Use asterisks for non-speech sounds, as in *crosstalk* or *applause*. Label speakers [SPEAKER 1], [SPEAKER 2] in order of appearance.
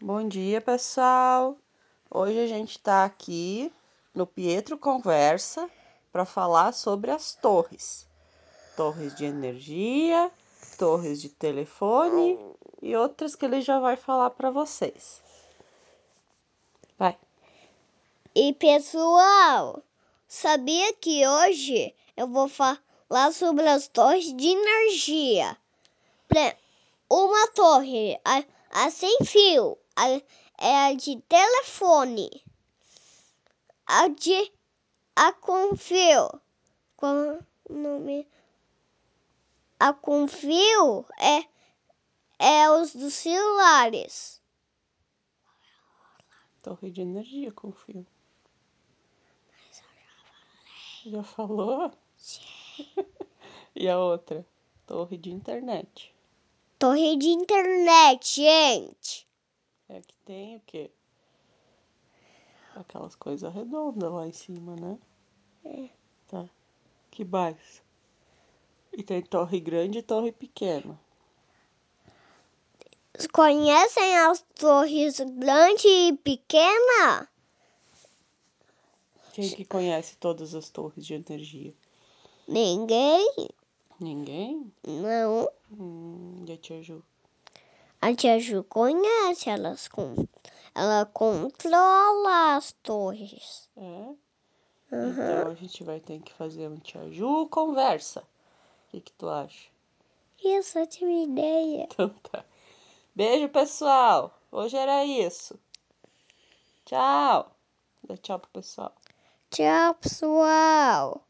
[SPEAKER 1] Bom dia, pessoal. Hoje a gente está aqui no Pietro Conversa para falar sobre as torres. Torres de energia, torres de telefone e outras que ele já vai falar para vocês. Vai.
[SPEAKER 2] E pessoal, sabia que hoje eu vou falar sobre as torres de energia. Pre- Uma torre, a, a sem fio, a- é a de telefone, a de a com fio, qual o nome? A com fio é é os dos celulares.
[SPEAKER 1] Torre de energia, confio. Já falou? e a outra? Torre de internet.
[SPEAKER 2] Torre de internet, gente.
[SPEAKER 1] É que tem o quê? Aquelas coisas redondas lá em cima, né? É. Tá. Que bairros? E tem torre grande e torre pequena.
[SPEAKER 2] Conhecem as torres grande e pequena?
[SPEAKER 1] Quem que conhece todas as torres de energia?
[SPEAKER 2] Ninguém?
[SPEAKER 1] Ninguém?
[SPEAKER 2] Não.
[SPEAKER 1] Hum, já te ajudo.
[SPEAKER 2] A tia Ju conhece, elas con- ela controla as torres.
[SPEAKER 1] É? Então a gente vai ter que fazer um Tia Ju conversa. O que, que tu acha? *laughs*
[SPEAKER 2] Isso, ótima ideia.
[SPEAKER 1] Então tá. Beijo, pessoal. Hoje era isso. Tchau. Dá tchau pro pessoal.
[SPEAKER 2] Tchau, pessoal.